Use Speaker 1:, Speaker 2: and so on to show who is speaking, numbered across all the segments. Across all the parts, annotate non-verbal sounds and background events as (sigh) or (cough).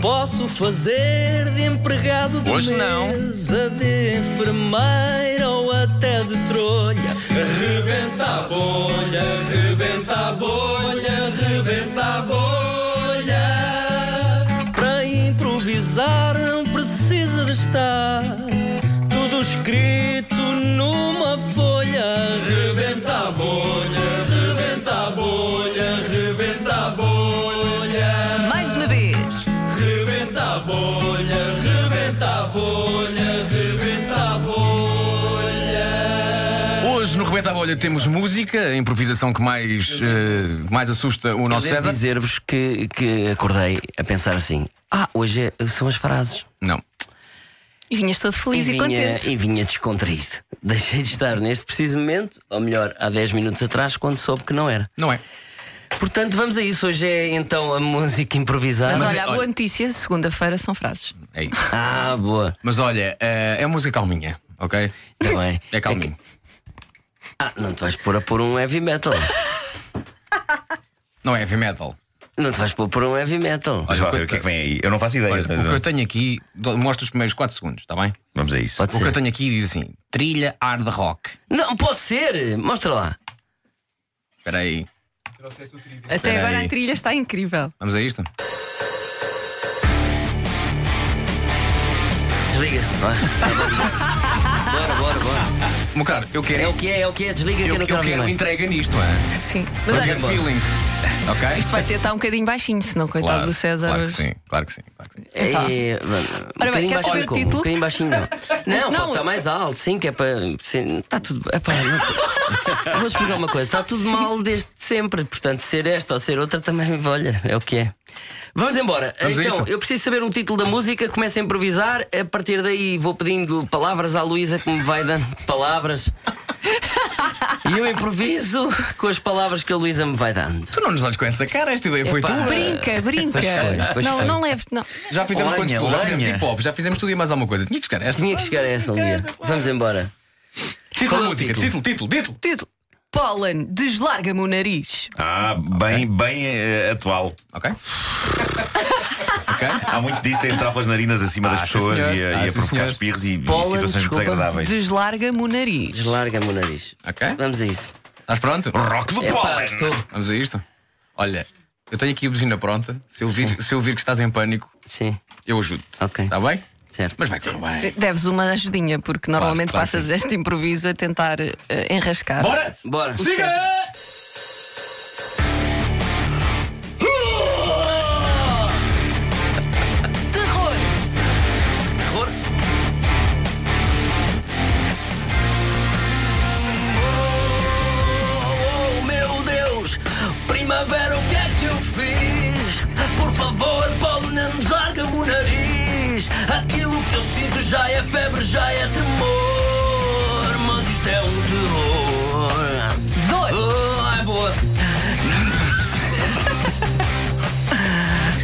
Speaker 1: Posso fazer de empregado de
Speaker 2: Hoje não.
Speaker 1: mesa, de enfermeira ou até de trolha. Rebenta a bolha, rebenta a bolha, rebenta a bolha. Para improvisar não precisa de estar tudo escrito numa folha. Rebenta a bolha, rebenta a bolha, rebenta a bolha.
Speaker 3: Mais uma vez.
Speaker 1: Rebenta a bolha, rebenta a bolha, rebenta a bolha.
Speaker 2: Hoje no Rebenta a Bolha temos música, a improvisação que mais, eh, que mais assusta o
Speaker 4: Eu
Speaker 2: nosso
Speaker 4: devo
Speaker 2: César.
Speaker 4: dizer-vos que, que acordei a pensar assim: ah, hoje é- são as frases.
Speaker 2: Não.
Speaker 3: E vinhas todo feliz e,
Speaker 4: vinha,
Speaker 3: contente.
Speaker 4: e vinha descontraído. Deixei de estar neste preciso momento, ou melhor, há 10 minutos atrás, quando soube que não era.
Speaker 2: Não é.
Speaker 4: Portanto, vamos a isso. Hoje é então a música improvisada.
Speaker 3: Mas,
Speaker 2: Mas
Speaker 3: olha,
Speaker 2: é-
Speaker 3: a boa
Speaker 2: olha-
Speaker 3: notícia, segunda-feira são frases.
Speaker 2: É isso.
Speaker 4: Ah, boa.
Speaker 2: Mas olha, eh, é música calminha, ok?
Speaker 4: Não é?
Speaker 2: (laughs) É calminho.
Speaker 4: Ah, não te vais pôr a pôr um heavy metal.
Speaker 2: Não é heavy metal.
Speaker 4: Não te vais pôr a pôr um heavy metal.
Speaker 5: Mas vá ver o que é que vem aí. Eu não faço ideia.
Speaker 2: Olha, o que eu tenho aqui, do- mostro os primeiros 4 segundos, está bem?
Speaker 5: Vamos a isso.
Speaker 4: Pode
Speaker 2: O que eu
Speaker 4: ser.
Speaker 2: tenho aqui diz assim: trilha hard rock.
Speaker 4: Não, pode ser! Mostra lá.
Speaker 2: Espera aí,
Speaker 3: Até
Speaker 2: Espera
Speaker 3: agora
Speaker 2: aí.
Speaker 3: a trilha está incrível.
Speaker 2: vamos a isto?
Speaker 4: Desliga.
Speaker 2: (laughs)
Speaker 4: Vai. bora, bora, bora.
Speaker 2: Meu caro, eu quero.
Speaker 4: É o que é, é o que é. Desliga que
Speaker 2: eu,
Speaker 4: eu não
Speaker 2: eu
Speaker 4: quero ouvir
Speaker 2: quero
Speaker 4: mais.
Speaker 2: entrega nisto, é?
Speaker 3: Sim.
Speaker 2: Eu
Speaker 3: Mas olha,
Speaker 2: quero feeling. Ok?
Speaker 3: isto vai tentar um bocadinho baixinho, senão, coitado
Speaker 2: Claro,
Speaker 3: do César.
Speaker 2: Claro que
Speaker 3: hoje.
Speaker 2: sim, claro que sim. Claro que sim.
Speaker 4: É, vamos.
Speaker 3: Tá. Ora
Speaker 4: um bocadinho
Speaker 3: bem, queres saber
Speaker 4: baixinho
Speaker 3: o
Speaker 4: como? Um
Speaker 3: título?
Speaker 4: bocadinho baixinho
Speaker 3: (laughs)
Speaker 4: não. Não,
Speaker 3: Não.
Speaker 4: pode estar mais alto, sim, que é para. Está tudo. epá, não- Vou explicar uma coisa, está tudo mal desde sempre, portanto, ser esta ou ser outra também, (laughs) olha, é o que é. Vamos embora.
Speaker 2: Vamos a
Speaker 4: então,
Speaker 2: isto?
Speaker 4: eu preciso saber um título da música, começo a improvisar, a partir daí vou pedindo palavras à Luísa que me vai dando (laughs) palavras. E eu improviso com as palavras que a Luísa me vai dando.
Speaker 2: Tu não nos olhes com essa cara, esta ideia foi
Speaker 4: Epá.
Speaker 2: tua.
Speaker 3: Brinca, brinca.
Speaker 4: Pois foi, pois
Speaker 3: não,
Speaker 4: foi.
Speaker 3: não leves. Não.
Speaker 2: Já fizemos
Speaker 5: Lenha,
Speaker 2: quantos estilos? Já fizemos
Speaker 5: lenha.
Speaker 2: hip hop, já fizemos tudo e mais alguma coisa. Tinha que chegar a esta.
Speaker 4: Tinha que chegar a essa um dia. Vamos embora.
Speaker 2: Título
Speaker 4: Qual
Speaker 2: da
Speaker 4: é o
Speaker 2: música,
Speaker 4: título?
Speaker 2: título, título, título.
Speaker 3: Título: Pólen, deslarga-me o nariz.
Speaker 5: Ah, bem, bem eh, atual.
Speaker 4: (laughs)
Speaker 2: Ok? ok?
Speaker 5: Há muito disso a entrar pelas narinas acima das
Speaker 2: Ah, sim,
Speaker 5: pessoas
Speaker 2: senhor.
Speaker 5: e a,
Speaker 2: Ah,
Speaker 5: e a
Speaker 2: sim,
Speaker 5: provocar
Speaker 2: senhor.
Speaker 5: espirros e, e
Speaker 4: Pólen,
Speaker 5: situações
Speaker 4: desculpa,
Speaker 5: desagradáveis.
Speaker 3: Deslarga-me o nariz.
Speaker 4: Deslarga-me o nariz.
Speaker 2: Ok?
Speaker 4: Vamos a isso.
Speaker 2: Estás pronto?
Speaker 5: Rock de
Speaker 4: Epá,
Speaker 5: pólen!
Speaker 4: estou.
Speaker 2: Vamos a isto? Olha, eu tenho aqui a buzina pronta. Se eu vir, se eu vir que estás em pânico,
Speaker 4: Sim,
Speaker 2: eu ajudo-te.
Speaker 4: Ok.
Speaker 2: Está bem?
Speaker 4: certo.
Speaker 2: Mas vai correr bem.
Speaker 3: Deves uma ajudinha, porque normalmente
Speaker 2: claro que
Speaker 3: passas este improviso a tentar eh, enrascar.
Speaker 2: Bora!
Speaker 4: Bora.
Speaker 2: Siga!
Speaker 3: Terror!
Speaker 4: Terror. Oh, oh, meu Deus! Primavera, o que é que eu fiz? Por favor, Paulo, não desarga-me o nariz. Aquilo que eu sinto já é febre, já é temor. Mas isto é um terror.
Speaker 3: Dor!
Speaker 4: Oh, ai, boa.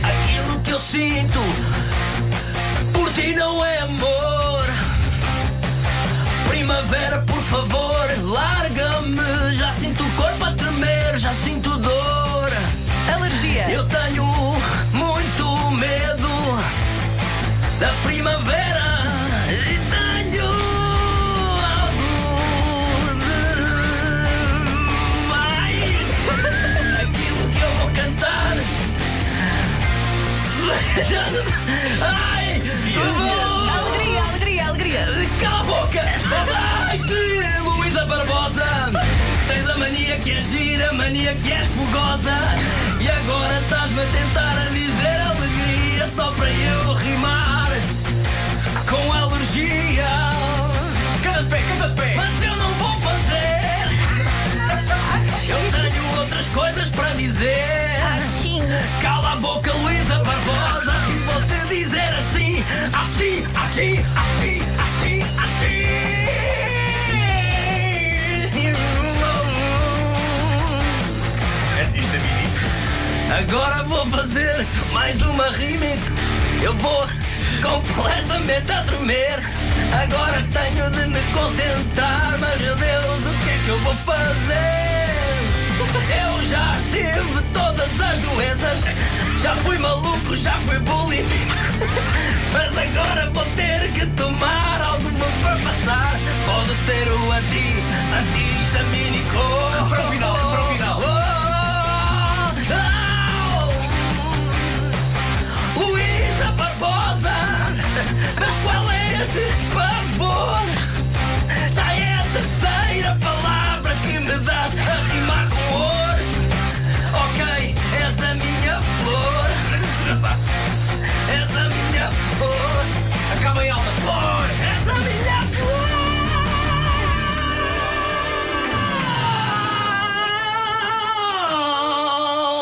Speaker 4: Aquilo que eu sinto por ti não é amor. Primavera, por favor, larga-me. Já sinto o corpo a tremer, já sinto dor.
Speaker 3: Alergia!
Speaker 4: Eu tenho muito medo da primavera. e tenho algo de mais. (laughs) Aquilo que eu vou cantar. (laughs) Ai, eu vou.
Speaker 3: Alegria, alegria, alegria!
Speaker 4: Cala a boca! Ai, que Luísa Barbosa! Tens a mania que é gira, a mania que és fogosa E agora estás-me a tentar a dizer alegria Só para eu rimar com alergia Canta de pé, canta de pé! Mas eu não vou fazer Eu tenho outras coisas para dizer Cala a boca, Luísa Barbosa, e vou te dizer assim: assim, assim, assim, assim, assim.
Speaker 5: Artista mini.
Speaker 4: Agora vou fazer mais uma remix. Eu vou completamente a tremer. Agora tenho de me concentrar, mas meu Deus, o que é que eu vou fazer? Eu já tive todas as doenças. Já fui maluco, já fui bullying. Mas agora vou ter que tomar alguma para passar. Pode ser o anti, anti-histamínico. Refrão final, refrão final. Oh, oh, Luísa Barbosa, mas qual é este pavor? Já é a terceira palavra que me das a rimar com ouro. Ok, és a minha flor. Já está. És a minha flor. Acaba em alta flor. És a minha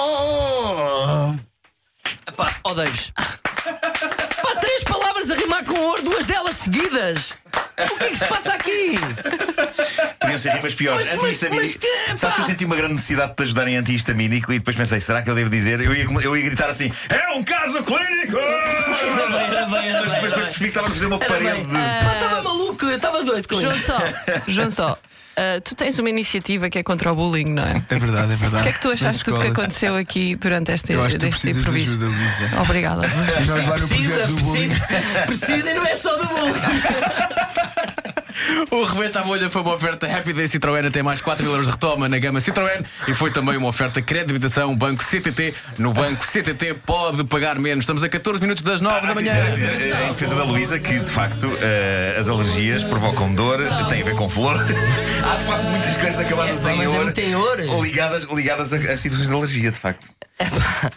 Speaker 4: flor. Epá, odeios. Pá, três palavras a rimar com ouro, duas delas seguidas. O que é que se passa aqui?
Speaker 5: Podiam ser rimas piores.
Speaker 4: Mas- mas- mas
Speaker 5: Antihistamínico.
Speaker 4: que-
Speaker 5: Sabes que eu
Speaker 4: pá!
Speaker 5: senti uma grande necessidade de te ajudar em antihistamínico e depois pensei, será que eu devo dizer? Eu ia, eu ia gritar assim: É um caso clínico!
Speaker 4: Era bem, era bem, era
Speaker 5: Mas
Speaker 4: bem,
Speaker 5: depois
Speaker 4: era bem.
Speaker 5: percebi que estavas a fazer uma
Speaker 4: Era
Speaker 5: parede
Speaker 4: bem. Ah,
Speaker 5: de.
Speaker 4: Pá, estava maluco, eu estava doido com
Speaker 3: João
Speaker 4: isso.
Speaker 3: só, João só,
Speaker 6: (laughs)
Speaker 3: ah, tu tens uma iniciativa que é contra o bullying, não é?
Speaker 6: É verdade, é verdade.
Speaker 3: O que é que tu achaste do que aconteceu aqui durante este,
Speaker 6: Eu acho que tu
Speaker 3: deste
Speaker 6: precisas de
Speaker 3: improviso?
Speaker 6: ajuda, Luísa.
Speaker 3: Obrigada.
Speaker 6: Nós lá no
Speaker 4: Precisa,
Speaker 6: projeto do bullying.
Speaker 4: precisa, precisa e não é só do bullying.
Speaker 2: O Rebenta à Bolha foi uma oferta Happy Day Citroën até mais 4 mil euros de retoma na gama Citroën e foi também uma oferta crédito de habitação Banco CTT. No Banco CTT pode pagar menos. Estamos a 14 minutos das 9 da manhã.
Speaker 5: Dizer- dizer, eh, Em defesa da Luísa, que de facto eh, as alergias provocam dor, têm a ver com flor. (laughs) Há de facto muitas coisas acabadas
Speaker 4: É,
Speaker 5: em
Speaker 4: mas é
Speaker 2: um
Speaker 5: ouro
Speaker 4: muito em ouro.
Speaker 5: ligadas, ligadas a, a situações de alergia, de facto.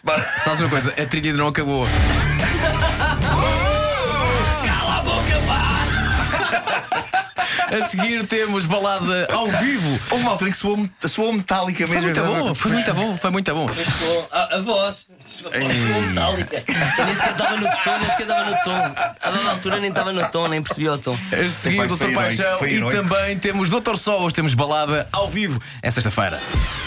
Speaker 5: Bah,
Speaker 2: Sabes uma coisa? A trilha não acabou.
Speaker 4: Cala a boca, vá!
Speaker 2: A seguir temos balada ao vivo.
Speaker 5: Houve uma altura em que soou, soou metálica
Speaker 2: Foi
Speaker 5: mesmo. é
Speaker 2: muito bom, foi muito bom, foi muito bom.
Speaker 4: A, a voz, a voz metálica. Eu nem sequer estava no tom, nem sequer estava no tom. A dada altura nem estava no tom, nem percebia o tom.
Speaker 2: A seguir,
Speaker 5: Epá, isso foi
Speaker 2: Doutor
Speaker 5: heroico,
Speaker 2: Paixão
Speaker 5: foi
Speaker 2: e
Speaker 5: heroico.
Speaker 2: também temos Doutor Sol. Hoje temos balada ao vivo. É sexta-feira.